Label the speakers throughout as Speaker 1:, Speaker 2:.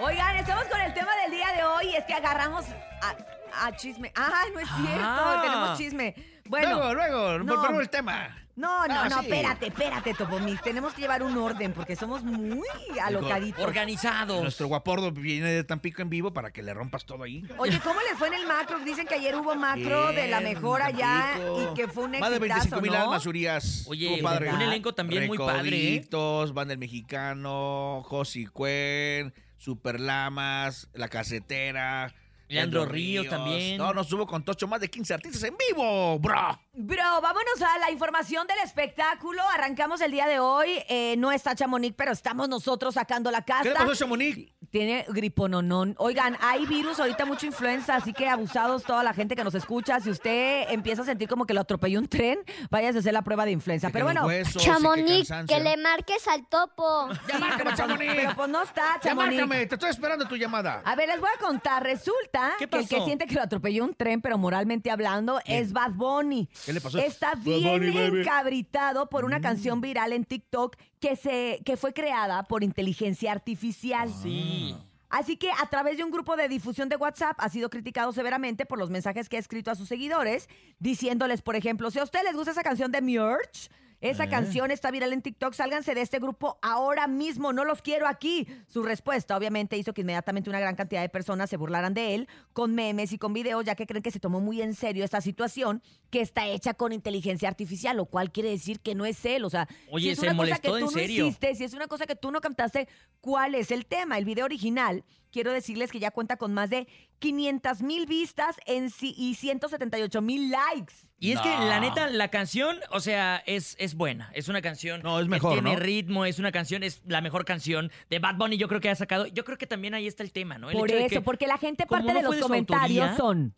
Speaker 1: Oigan, estamos con el tema del día de hoy. Es que agarramos a, a chisme. Ah, no es cierto.
Speaker 2: Ah.
Speaker 1: Tenemos chisme. Bueno.
Speaker 3: luego, luego,
Speaker 1: no.
Speaker 3: volvemos al tema.
Speaker 1: No, no,
Speaker 3: Ah,
Speaker 1: no,
Speaker 3: sí.
Speaker 1: espérate, espérate, Topomis. Tenemos que llevar un orden porque somos muy alocaditos.
Speaker 2: Organizados.
Speaker 3: Nuestro guapordo viene de Tampico en vivo para que le rompas todo ahí.
Speaker 1: Oye, ¿cómo les fue en el macro? Dicen que ayer hubo macro de la
Speaker 3: Bien,
Speaker 1: mejor allá
Speaker 3: Tampico.
Speaker 1: y que fue un
Speaker 3: Más de
Speaker 1: exitazo,
Speaker 3: 25 mil
Speaker 1: ¿no?
Speaker 3: almas, Urias.
Speaker 2: Oye,
Speaker 3: Estuvo padre.
Speaker 1: un
Speaker 2: elenco también muy padre, ¿eh?
Speaker 3: Recoditos, Banda El Mexicano, Josi Cuen, Super Lamas, La Casetera.
Speaker 2: Leandro Ríos también.
Speaker 3: No, nos subo con Tocho más de 15 artistas en vivo, bro.
Speaker 1: Bro, vámonos a la información del espectáculo. Arrancamos el día de hoy. Eh, no está Chamonix, pero estamos nosotros sacando la
Speaker 3: ¿Qué le
Speaker 1: casta.
Speaker 3: pasó a Chamonix?
Speaker 1: Tiene gripononón. Oigan, hay virus, ahorita mucha influenza, así que abusados toda la gente que nos escucha. Si usted empieza a sentir como que lo atropelló un tren, váyase a hacer la prueba de influenza. Pero bueno,
Speaker 4: Chamonix, que le marques al topo.
Speaker 3: Ya márcame, Chamonix.
Speaker 1: pero pues no está,
Speaker 3: Ya
Speaker 1: Chamonix.
Speaker 3: márcame, te estoy esperando tu llamada.
Speaker 1: A ver, les voy a contar. Resulta
Speaker 2: ¿Qué
Speaker 1: que el que
Speaker 2: pasó?
Speaker 1: siente que lo atropelló un tren, pero moralmente hablando, es Bad Bunny.
Speaker 3: ¿Qué le pasó?
Speaker 1: Está
Speaker 3: Bad
Speaker 1: bien
Speaker 3: Bunny, baby. Mm.
Speaker 1: encabritado por una canción viral en TikTok que, se, que fue creada por inteligencia artificial.
Speaker 3: Ah.
Speaker 2: Sí.
Speaker 1: Así que a través de un grupo de difusión de WhatsApp ha sido criticado severamente por los mensajes que ha escrito a sus seguidores, diciéndoles, por ejemplo, si a usted les gusta esa canción de Murch,
Speaker 2: Eh.
Speaker 1: esa canción está viral en TikTok, sálganse de este grupo ahora mismo, no los quiero aquí. Su respuesta obviamente hizo que inmediatamente una gran cantidad de personas se burlaran de él con memes y con videos, ya que creen que se tomó muy en serio esta situación que está hecha con inteligencia artificial, lo cual quiere decir que no es él, o sea,
Speaker 2: Oye,
Speaker 1: es
Speaker 2: se
Speaker 1: una cosa
Speaker 2: molestó
Speaker 1: que
Speaker 2: en
Speaker 1: tú no
Speaker 2: serio.
Speaker 1: hiciste, si es una cosa que tú no cantaste, ¿cuál es el tema? El video original, quiero decirles que ya cuenta con más de 500 mil vistas en sí- y 178 mil likes.
Speaker 2: Y es que
Speaker 3: No.
Speaker 2: la neta, la canción, o sea, es, es buena. Es una canción.
Speaker 3: No, es
Speaker 2: que
Speaker 3: mejor,
Speaker 2: Tiene
Speaker 3: ¿no?
Speaker 2: ritmo, es una canción, es la mejor canción de Bad Bunny, yo creo que ha sacado. Yo creo que también ahí está el tema, ¿no? El
Speaker 1: Por
Speaker 2: hecho de
Speaker 1: eso,
Speaker 2: que-
Speaker 1: porque la gente
Speaker 2: como
Speaker 1: parte
Speaker 2: no
Speaker 1: de los
Speaker 2: fue de su
Speaker 1: comentarios
Speaker 2: autoría-
Speaker 1: son...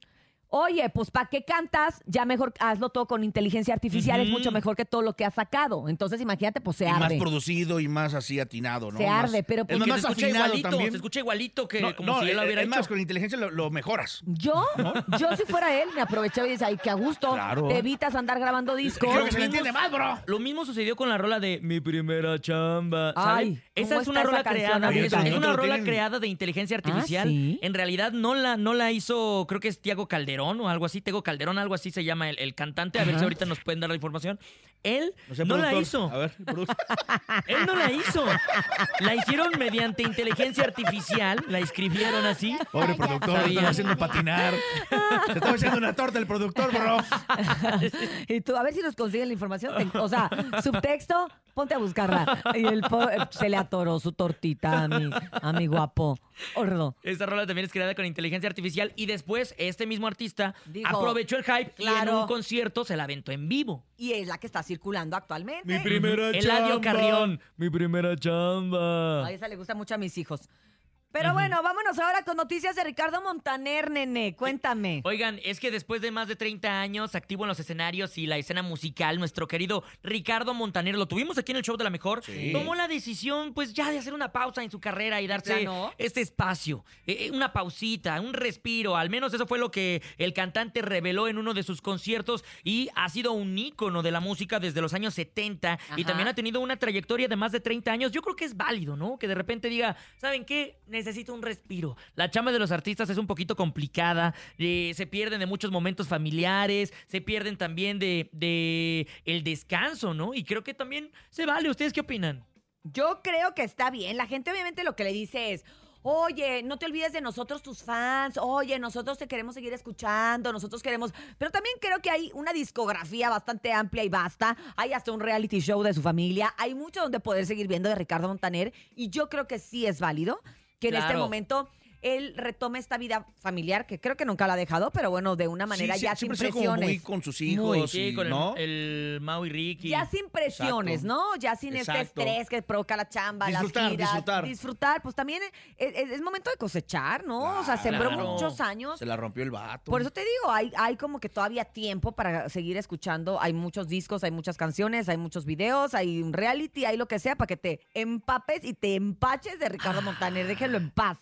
Speaker 1: Oye, pues ¿para qué cantas? Ya mejor hazlo todo con inteligencia artificial, es
Speaker 2: Ujú.
Speaker 1: mucho mejor que todo lo que has sacado. Entonces imagínate, pues se
Speaker 3: Y más
Speaker 1: arde.
Speaker 3: producido y más así atinado, ¿no?
Speaker 1: Se
Speaker 3: Más-
Speaker 1: arde, pero
Speaker 3: es
Speaker 1: porque
Speaker 3: más,
Speaker 2: que
Speaker 3: más
Speaker 2: se escucha
Speaker 3: afinado
Speaker 2: igualito,
Speaker 3: también.
Speaker 2: se escucha igualito que
Speaker 3: No,
Speaker 2: como
Speaker 3: no,
Speaker 2: si él lo
Speaker 3: es-
Speaker 2: hubiera
Speaker 3: es
Speaker 2: hecho.
Speaker 3: más, con inteligencia lo, lo mejoras.
Speaker 1: Yo, yo si fuera él, me aprovechaba y decía, ay, qué a gusto,
Speaker 3: Claro.
Speaker 1: te evitas andar grabando discos.
Speaker 3: Creo que se le entiende más, bro.
Speaker 2: Lo mismo sucedió con la rola de Mi primera chamba.
Speaker 1: Ay,
Speaker 2: ¿saben? esa
Speaker 1: ¿cómo
Speaker 2: es una
Speaker 1: está
Speaker 2: rola
Speaker 1: esa canción
Speaker 2: creada. Es,
Speaker 1: ahorita?
Speaker 2: es
Speaker 3: No te
Speaker 2: una
Speaker 3: lo
Speaker 2: rola
Speaker 3: tienen-
Speaker 2: creada de inteligencia artificial.
Speaker 1: ¿sí?
Speaker 2: En realidad no la, no la hizo, creo que es Tiago Calderón o algo así. Tego Calderón, algo así se llama el, el cantante. A ver si ahorita nos pueden dar la información. Él no, la hizo.
Speaker 3: A ver, productor.
Speaker 2: Él no la hizo. La hicieron mediante inteligencia artificial. La escribieron así.
Speaker 3: Pobre productor,
Speaker 2: Está
Speaker 3: lo están
Speaker 2: bien.
Speaker 3: haciendo patinar. Se estaba haciendo una torta el productor, bro.
Speaker 1: Y tú, a ver si nos consiguen la información. Te- O sea, subtexto, ponte a buscarla. Y el po- se le atoró su tortita a mi, a mi guapo. Ordo.
Speaker 2: Esta rola también es creada con inteligencia artificial y después este mismo artista
Speaker 1: Dijo,
Speaker 2: aprovechó el hype y en
Speaker 1: claro.
Speaker 2: un concierto se la aventó en vivo.
Speaker 1: Y es la que está circulando actualmente.
Speaker 2: primera Eladio Carrión. Mi primera chamba.
Speaker 1: Ay, esa le gusta mucho a mis hijos. Pero bueno, vámonos ahora con noticias de Ricardo Montaner, nene. Cuéntame.
Speaker 2: Oigan, es que después de más de 30 años activo en los escenarios y la escena musical, nuestro querido Ricardo Montaner, lo tuvimos aquí en el show de la mejor,
Speaker 3: Sí.
Speaker 2: tomó la decisión pues ya de hacer una pausa en su carrera y darse
Speaker 1: plano?
Speaker 2: este espacio, eh, eh, una pausita, un respiro, al menos eso fue lo que el cantante reveló en uno de sus conciertos y ha sido un ícono de la música desde los años 70 y
Speaker 1: Ajá.
Speaker 2: también ha tenido una trayectoria de más de 30 años. Yo creo que es válido, ¿no? Que de repente diga, ¿saben qué? Necesito un respiro. La chamba de los artistas es un poquito complicada, eh, se pierden de muchos momentos familiares, se pierden también de, de el descanso, ¿no? Y creo que también se vale. ¿Ustedes qué opinan?
Speaker 1: Yo creo que está bien. La gente obviamente lo que le dice es, oye, no te olvides de nosotros tus fans, oye, nosotros te queremos seguir escuchando, nosotros queremos... Pero también creo que hay una discografía bastante amplia y vasta, hay hasta un reality show de su familia, hay mucho donde poder seguir viendo de Ricardo Montaner y yo creo que sí es válido que en este
Speaker 2: Claro.
Speaker 1: momento... Él retome esta vida familiar, que creo que nunca la ha dejado, pero bueno, de una manera
Speaker 3: Sí, sí,
Speaker 1: ya sin
Speaker 3: siempre ha sido como muy
Speaker 1: presiones.
Speaker 3: con sus
Speaker 2: Muy,
Speaker 3: hijos,
Speaker 2: sí,
Speaker 3: y-
Speaker 2: con el-
Speaker 3: ¿no?
Speaker 2: el, Mau y Ricky.
Speaker 1: Ya sin presiones,
Speaker 3: Exacto.
Speaker 1: ¿no? Ya sin este
Speaker 3: Exacto.
Speaker 1: estrés que provoca la chamba, las
Speaker 3: Disfrutar,
Speaker 1: giras.
Speaker 3: disfrutar.
Speaker 1: Disfrutar, pues también es, es- es momento de cosechar, ¿no? o sea,
Speaker 3: Claro.
Speaker 1: sembró
Speaker 2: Claro.
Speaker 1: muchos años.
Speaker 3: Se la rompió el vato.
Speaker 1: Por eso te digo, hay, hay como que todavía tiempo para seguir escuchando. Hay muchos discos, hay muchas canciones, hay muchos videos, hay un
Speaker 3: Ah.
Speaker 1: reality, hay lo que sea para que te empapes y te empaches de Ricardo Montaner. Déjenlo en paz.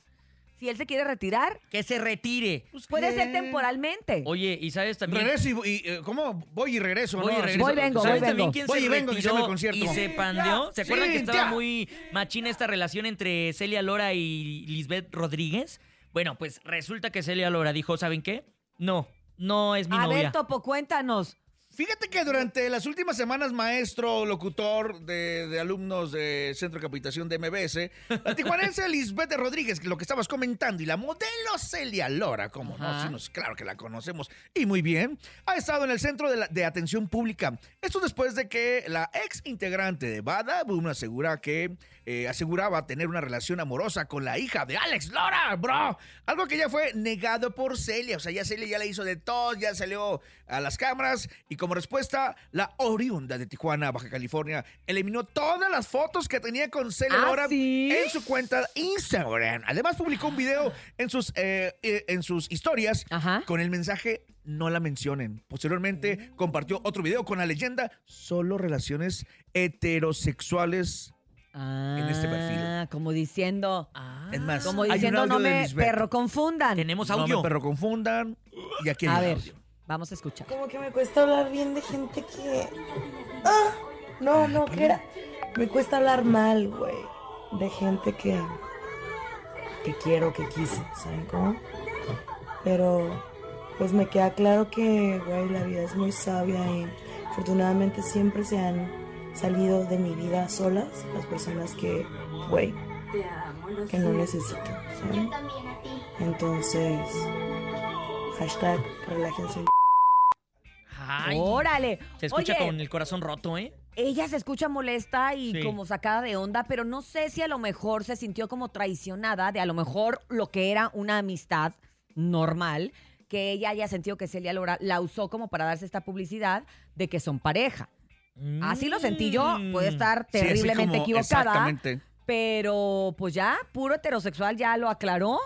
Speaker 1: Si él se quiere retirar,
Speaker 2: Que se retire.
Speaker 3: Pues,
Speaker 1: puede
Speaker 3: ¿qué?
Speaker 1: ser temporalmente.
Speaker 2: Oye, y sabes también.
Speaker 3: Regreso y, y, eh, ¿Cómo? Voy y regreso.
Speaker 2: Voy
Speaker 3: ¿no?
Speaker 2: y regreso.
Speaker 1: Voy, vengo,
Speaker 2: ¿Sabes
Speaker 1: voy,
Speaker 2: también
Speaker 1: vengo.
Speaker 2: quién
Speaker 3: Voy
Speaker 2: se
Speaker 3: y vengo, que se llama el
Speaker 2: retiró
Speaker 3: concierto.
Speaker 2: y se pandeó? ¿Se acuerdan que estaba
Speaker 3: Cintia.
Speaker 2: muy machina esta relación entre Celia Lora y Lisbeth Rodríguez? Bueno, pues resulta que Celia Lora dijo, ¿saben qué? No, no es mi
Speaker 1: A
Speaker 2: novia.
Speaker 1: ver, Topo, cuéntanos.
Speaker 3: Fíjate que durante las últimas semanas, maestro, locutor de, de alumnos de Centro de Capacitación de MBS, la tijuanense Lisbeth Rodríguez, que lo que estabas comentando, y la modelo Celia Lora, como no,
Speaker 2: Ajá.
Speaker 3: Sí, nos- claro que la conocemos, y muy bien, ha estado en el Centro de, la- de Atención Pública. Esto después de que la ex integrante de Bada Boom asegura que, eh, aseguraba tener una relación amorosa con la hija de Alex Lora, bro. Algo que ya fue negado por Celia. O sea, ya Celia ya la hizo de todo, ya salió a las cámaras. Y como respuesta, la oriunda de Tijuana, Baja California, eliminó todas las fotos que tenía con Celia
Speaker 1: ¿Ah,
Speaker 3: Lora
Speaker 1: sí?
Speaker 3: en su cuenta Instagram. Además, publicó un video en sus, eh, eh, en sus historias
Speaker 1: Ajá.
Speaker 3: con el mensaje no la mencionen. Posteriormente
Speaker 1: Mm.
Speaker 3: compartió otro video con la leyenda solo relaciones heterosexuales. en este perfil.
Speaker 1: Ah, como diciendo,
Speaker 2: Ah,
Speaker 3: Es más,
Speaker 1: como
Speaker 3: hay un
Speaker 1: diciendo,
Speaker 3: audio
Speaker 1: no
Speaker 3: de
Speaker 1: me
Speaker 3: Lisbeth.
Speaker 1: perro confundan.
Speaker 2: tenemos
Speaker 3: No
Speaker 2: audio.
Speaker 3: me perro confundan. Y aquí
Speaker 1: A
Speaker 3: hay
Speaker 1: ver,
Speaker 3: un audio.
Speaker 1: vamos a escuchar.
Speaker 5: Como que me cuesta hablar bien de gente que. ¡Ah! No, no, que era. Me cuesta hablar mal, güey. De gente que. que quiero, que quise, ¿saben cómo? Pero. pues me queda claro que, güey, la vida es muy sabia y. afortunadamente siempre se han salido de mi vida solas las personas que, güey, que no necesito, ¿saben?
Speaker 4: También a ti.
Speaker 5: Entonces. hashtag relájense un
Speaker 2: Ay,
Speaker 1: Órale.
Speaker 2: se escucha
Speaker 1: Oye,
Speaker 2: con el corazón roto, ¿eh?
Speaker 1: ella se escucha molesta y
Speaker 2: Sí.
Speaker 1: como sacada de onda, pero no sé si a lo mejor se sintió como traicionada de a lo mejor lo que era una amistad normal, que ella haya sentido que Celia Lora la usó como para darse esta publicidad de que son pareja. Así lo sentí yo,
Speaker 2: Mm.
Speaker 1: puede estar
Speaker 3: Mm. Sí, así
Speaker 1: terriblemente
Speaker 3: como-
Speaker 1: equivocada,
Speaker 3: Exactamente.
Speaker 1: pero pues ya, puro heterosexual ya lo aclaró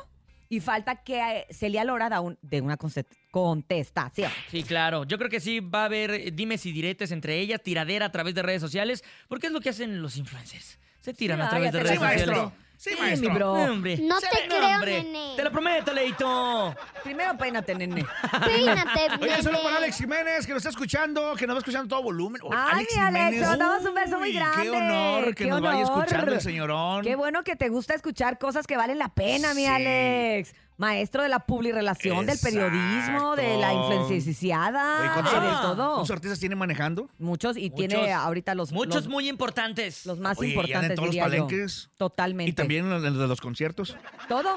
Speaker 1: y falta que eh, Celia Lora da un- de una conce- contestación.
Speaker 2: Sí, claro. Yo creo que sí va a haber eh, dimes y diretes entre ellas, tiradera a través de redes sociales, porque es lo que hacen los influencers. Se tiran
Speaker 1: Sí,
Speaker 2: a través de
Speaker 1: váyate
Speaker 2: redes
Speaker 3: Sí,
Speaker 1: la-
Speaker 2: sociales.
Speaker 3: maestro. Sí, maestro.
Speaker 1: mi bro.
Speaker 2: No, hombre.
Speaker 4: No
Speaker 2: Se
Speaker 4: te
Speaker 2: ve,
Speaker 4: creo, nene.
Speaker 2: Te lo prometo, Leito.
Speaker 1: Primero peínate, nene.
Speaker 4: Peínate,
Speaker 3: Oye, solo para
Speaker 4: nene.
Speaker 3: Alex Jiménez, que nos está escuchando, que nos va escuchando a todo volumen. Oh,
Speaker 1: Ay, mi Alex,
Speaker 3: Jiménez.
Speaker 1: te mandamos un beso muy
Speaker 3: Uy,
Speaker 1: grande.
Speaker 3: Qué honor que
Speaker 1: Qué
Speaker 3: nos vaya
Speaker 1: honor.
Speaker 3: escuchando el señorón.
Speaker 1: Qué bueno que te gusta escuchar cosas que valen la pena, mi
Speaker 3: Sí.
Speaker 1: Alex. Maestro de la publirelación, del periodismo, de la
Speaker 3: Exacto. Oye,
Speaker 1: influenciada,
Speaker 3: ¿cuántos,
Speaker 1: de
Speaker 3: artistas-
Speaker 1: todo.
Speaker 3: cuántos artistas tiene manejando?
Speaker 1: Muchos, y
Speaker 2: Muchos.
Speaker 1: tiene ahorita los,
Speaker 2: Muchos
Speaker 1: los,
Speaker 2: muy importantes.
Speaker 1: los más
Speaker 3: Oye, y anda en
Speaker 1: importantes,
Speaker 3: todos los
Speaker 1: diría yo.
Speaker 3: palenques.
Speaker 1: Totalmente.
Speaker 3: Y también los de los conciertos.
Speaker 1: Todo,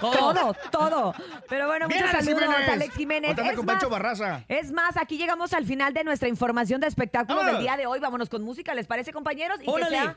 Speaker 2: Todo.
Speaker 1: todo, todo. Pero bueno,
Speaker 3: Bien,
Speaker 1: muchos
Speaker 3: Alex
Speaker 1: saludos,
Speaker 3: Jiménez.
Speaker 1: Alex Jiménez.
Speaker 3: Contame
Speaker 1: Es
Speaker 3: con
Speaker 1: más,
Speaker 3: Pancho Barraza.
Speaker 1: Es más, aquí llegamos al final de nuestra información de espectáculos del
Speaker 3: Vámonos.
Speaker 1: día de hoy. Vámonos con música, ¿les parece, compañeros? Y que
Speaker 2: Órale.
Speaker 1: sea